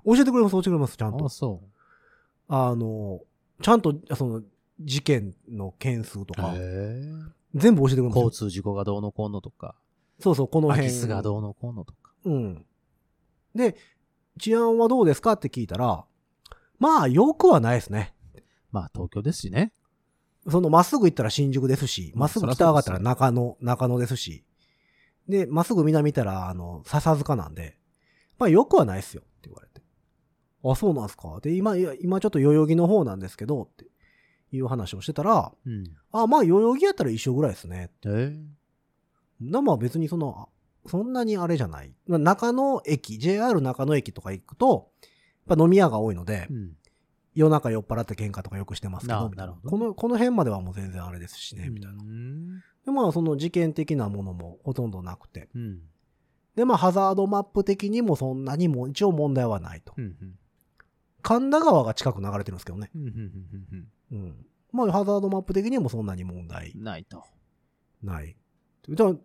S2: 教えてくれます、教えてくれます、ちゃん
S3: あ
S2: と
S3: あ、。そう。
S2: あの、ちゃんと、その、事件の件数とか、
S3: へえ
S2: 全部教えてくれますよ
S3: 交。通事故がどうのこうのとか、
S2: そうそう、この
S3: 空
S2: 辺。
S3: き巣がどうのこうのとか。
S2: うん。で、治安はどうですかって聞いたら、まあ、よくはないですね。
S3: まあ東京ですしね。
S2: その、まっすぐ行ったら新宿ですし、
S3: うん
S2: まっすぐ北上がったら中野、中野ですし、で、まっすぐ南行ったら、あの、笹塚なんで、まあ、よくはないっすよ、って言われて。あ、そうなんすか。で、今、いや今ちょっと代々木の方なんですけど、っていう話をしてたら、
S3: うん。
S2: あ、まあ、代々木やったら一緒ぐらいですね。
S3: へえ
S2: な、まあ別にその、あそんなにあれじゃない。まあ中野駅、JR 中野駅とか行くと、やっぱ飲み屋が多いので、
S3: うん。
S2: 夜中酔っ払って喧嘩とかよくしてますけ
S3: あ
S2: ど、
S3: あ
S2: みたいな
S3: なるほど
S2: この、この辺まではもう全然あれですしね、みたいな。
S3: うん
S2: で、まあその事件的なものもほとんどなくて。
S3: うん。
S2: で、まあハザードマップ的にもそんなにも一応問題はないと。
S3: うんうん。
S2: 神田川が近く流れてるんですけどね。
S3: うんうんうんうん
S2: うん。まあハザードマップ的にもそんなに問題
S3: うんないと。
S2: ない。じゃあ、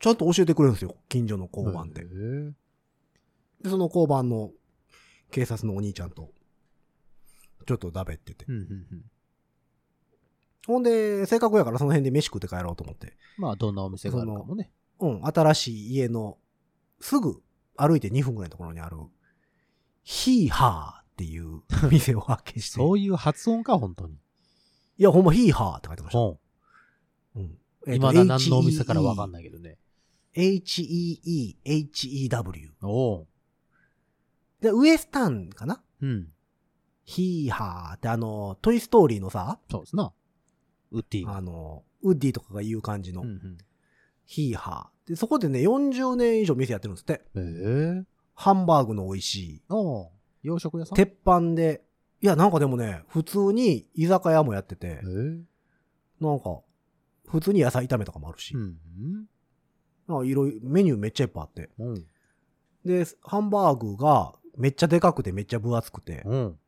S2: ちゃんと教えてくれるんですよ、近所の交番で
S3: へ。え
S2: で、その交番の警察のお兄ちゃんと、ちょっとだべってて
S3: う。んうんうん。
S2: ほんで、せっかくやからその辺で飯食って帰ろうと思って。
S3: まあどんなお店があるかもね。
S2: うん、新しい家の、すぐ歩いて2分ぐらいのところにある、ヒーハーって いう店を発見して。
S3: そういう発音か、本当に。
S2: いや、ほんまヒーハーって書いてました。
S3: ほ
S2: うん。
S3: ん。今だ何のお店からわかん
S2: ない。
S3: ないけどね。
S2: H-E-E-H-E-W。
S3: おう。
S2: で、ウエスタンかな
S3: うん。
S2: ヒーハーってあの、トイストーリーのさ、
S3: そうですな。ウッディが。
S2: あの、ウッディとかが言う感じの
S3: う、ん
S2: ヒーハー。で、そこでね、40年以上店やってるんですって。
S3: うん。へえ。
S2: ハンバーグの美味しい。
S3: おう。洋食屋さんへ
S2: 鉄板で。いや、なんかでもね、普通に居酒屋もやってて
S3: え。、うん
S2: なんか、普通に野菜炒めとかもあるし、
S3: うん。
S2: なんかいろいろ、メニューめっちゃいっぱいあって。
S3: うん。
S2: で、ハンバーグがめっちゃでかくてめっちゃ分厚くて、
S3: うん。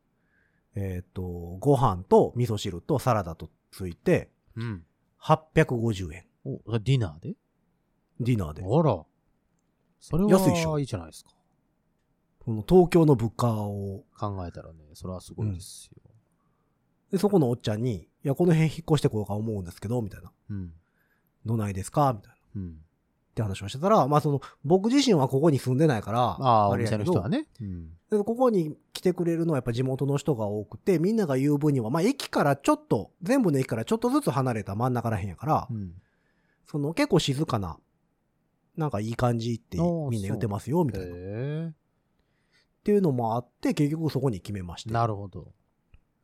S2: えっ、と、ご飯と味噌汁とサラダとついて、
S3: うん。
S2: 850円。
S3: お、それディナーで
S2: ディナーで。
S3: あら。それは
S2: 安いっしょ
S3: いいじゃないですか。
S2: この東京の物価を、
S3: 考えたらね、それはすごいですよ。
S2: で、そこのおっちゃんに、いや、この辺引っ越してこようか思うんですけど、みたいな。
S3: うん。
S2: どないですかみたいな。
S3: うん。
S2: って話をしてたら、まあその、僕自身はここに住んでないから、
S3: ああ、お
S2: れや
S3: 店
S2: けど
S3: の人はね。うん。
S2: でここに来てくれるのはやっぱ地元の人が多くて、みんなが言う分には、まあ駅からちょっと、全部の駅からちょっとずつ離れた真ん中らへんやから、
S3: うん。
S2: その結構静かな、なんかいい感じって
S3: あー
S2: みんな言ってますよ、み
S3: へ
S2: たいな。っ
S3: え。
S2: ていうのもあって、結局そこに決めまして。
S3: なるほど。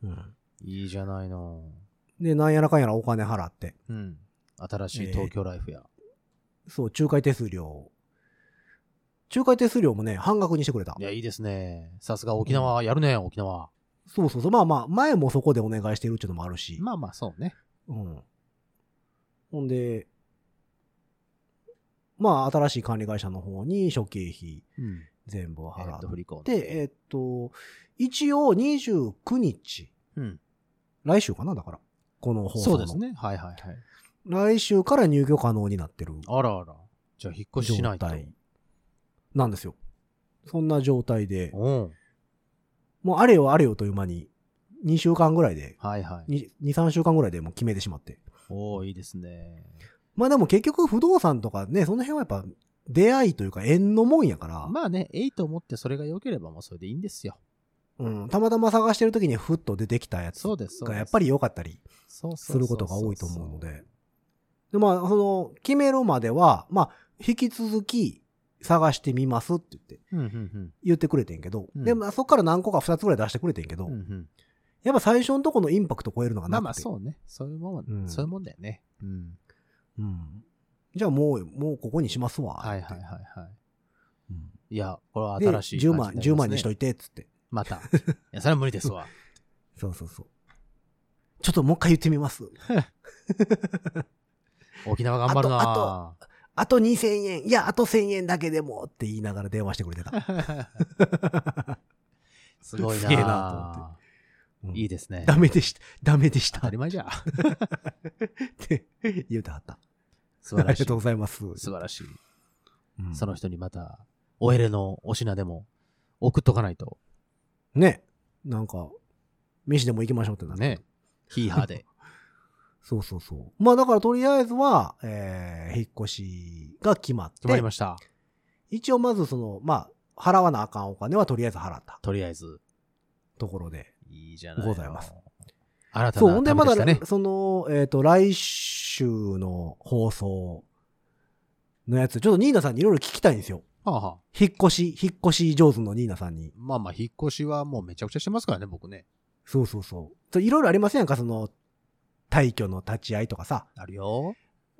S2: うん
S3: いいじゃないの。
S2: で、なんやらかんやらお金払って、
S3: うん。新しい東京ライフや。
S2: そう、仲介手数料を仲介手数料もね、半額にしてくれた
S3: い。や、いいですね。さすが沖縄、やるね、沖縄。
S2: そうそうそう。まあまあ、前もそこでお願いしてるっていうのもあるし。
S3: まあまあ、そうね。
S2: うん。ほんで、まあ、新しい管理会社の方に諸経費
S3: うん。
S2: 全部
S3: え
S2: 払
S3: っと、
S2: っ
S3: 振り子。
S2: て、えっと、一応29日、
S3: うん。
S2: 来週かなだから。この放送
S3: そ
S2: の。
S3: うですね。はいはいはい。
S2: 来週から入居可能になってる
S3: あらあら。じゃあ、引っ越ししな
S2: 状
S3: いと。
S2: 態なんですよ。そんな状態で、
S3: うん。
S2: もうあれよあれよという間に、2週間ぐらいで、
S3: はいはい。
S2: 2、3週間ぐらいでもう決めてしまって。
S3: おおいいですね。
S2: まあでも結局不動産とかね、その辺はやっぱ出会いというか縁のもんやから、
S3: まあね、えいと思ってそれが良ければもうそれでいいんですよ。
S2: うん、たまたま探してる時にふっと出てきたやつ
S3: そうです、そうで
S2: がや
S3: す。
S2: っぱり良かったり
S3: そうそ
S2: す
S3: うそうそう、
S2: ることが多いと思うので。で、まあその決めるまでは、まあ引き続き探してみますって言って、
S3: うんうん
S2: 言ってくれてんけど、
S3: うん
S2: でもそっから何個か2つぐらい出してくれてんけど、
S3: うん。うんうん
S2: やっぱ最初のとこのインパクト超えるのがなく
S3: まあ
S2: て。
S3: まあそうね。そういうもん、
S2: うん
S3: そういうもんだよね。うん。
S2: うん。じゃあもう、もうここにしますわ。
S3: はいはいはい
S2: って。
S3: は
S2: うん
S3: い。いや、これは
S2: で
S3: 新しい感
S2: 10
S3: じ
S2: 万、10万にしと
S3: いて。
S2: いて、っつって。
S3: また。いや、それは無 理ですわ。
S2: そうそうそう。ちょっともう一回言ってみます。
S3: 沖縄頑張るな
S2: あとあと2000円、いや、あと1000円だけでもって言いながら電話してくれてた。
S3: すごい
S2: す
S3: な
S2: げえなと思うん
S3: いいで すね。
S2: ダメでした。ダメでし
S3: 当
S2: た。
S3: た
S2: っ
S3: り前じゃ。
S2: て言うてはった。
S3: 素晴
S2: あ
S3: ら
S2: り
S3: しい
S2: がとう。ございます。
S3: 素晴らしい。
S2: うん
S3: その人にまた、おエレのお品でも送っとかないと。
S2: ね。なんか、飯でも行きましょうってなる
S3: ね。ヒーハーで。
S2: そうそうそう。まあだからとりあえずは、えー、引っ越しが決まって、
S3: 決まりました。
S2: 一応まずその、まあ、払わなあかんお金はとりあえず払った
S3: とりあえず。
S2: ところで。
S3: いいじゃない。
S2: ございます。
S3: 新た
S2: そう、
S3: な
S2: ほん
S3: 旅
S2: で
S3: で
S2: ま
S3: し
S2: だ、
S3: たね。
S2: その、えっ、と、来週の放送のやつ、ちょっとニーナさんにいろいろ聞きたいんですよ。
S3: はあはあ
S2: 引っ越し、引っ越し上手のニーナさんに。
S3: まあまあ、引っ越しはもうめちゃくちゃしてますからね、僕ね。
S2: そうそうそうと。いろいろありませんやんか、その、退去の立ち会いとかさ、
S3: あるよ。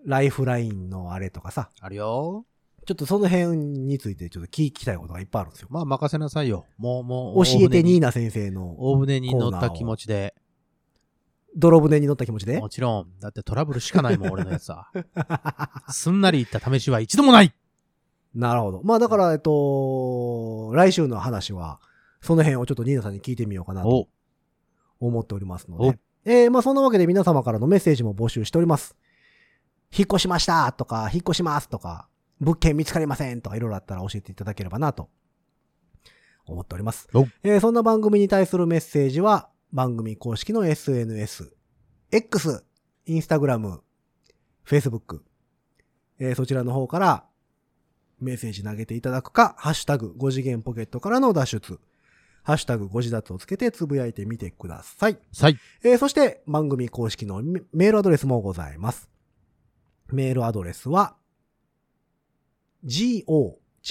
S2: ライフラインのあれとかさ、
S3: あるよ。
S2: ちょっとその辺についてちょっと聞きたいことがいっぱいあるんですよ。
S3: まあ、任せなさいよ。もう、もう、
S2: 教えてニー
S3: な。
S2: ナ先生の
S3: 大船に乗った気持ちで。
S2: 泥船に乗った気持ちで
S3: もちろん。だってトラブルしかないもん、俺のやつは。 すんなり行った試しは一度もない
S2: なるほど。まあだから、えっと、来週の話は、その辺をちょっとニーナさんに聞いてみようかなと
S3: お
S2: 思っておりますので。えー、まあそんなわけで皆様からのメッセージも募集しております。引っ越しましたとか、引っ越しますとか、物件見つかりませんとか、いろいろあったら教えていただければなと思っております
S3: お。
S2: えー、そんな番組に対するメッセージは、番組公式の SNS、X、Instagram、Facebook、えーそちらの方からメッセージ投げていただくか、ハッシュタグ5次元ポケットからの脱出、ハッシュタグ5次脱をつけてつぶやいてみてください。
S3: さい。
S2: えーそして番組公式のメメールアドレスもございます。メールアドレスは、go 違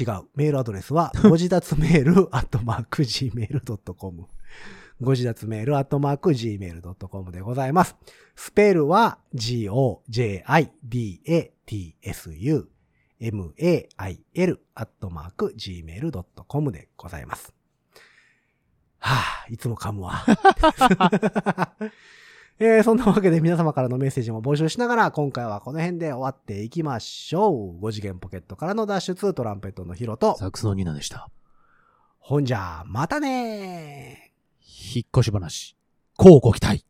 S2: う。メールアドレスは、ご自立メール、 アットマーク、gmail.com。ご自立メール、アットマーク、gmail.com でございます。スペルは、g-o-j-i-d-a-t-s-u、mail、アットマーク、gmail.com でございます。はぁ、いつも噛むわ。 えーそんなわけで皆様からのメッセージも募集しながら、今回はこの辺で終わっていきましょう。5次元ポケットからの脱出、トランペットのヒロと、
S3: サックスのニーナでした。
S2: ほんじゃ、またねー
S3: 引っ越し話。こうご期待。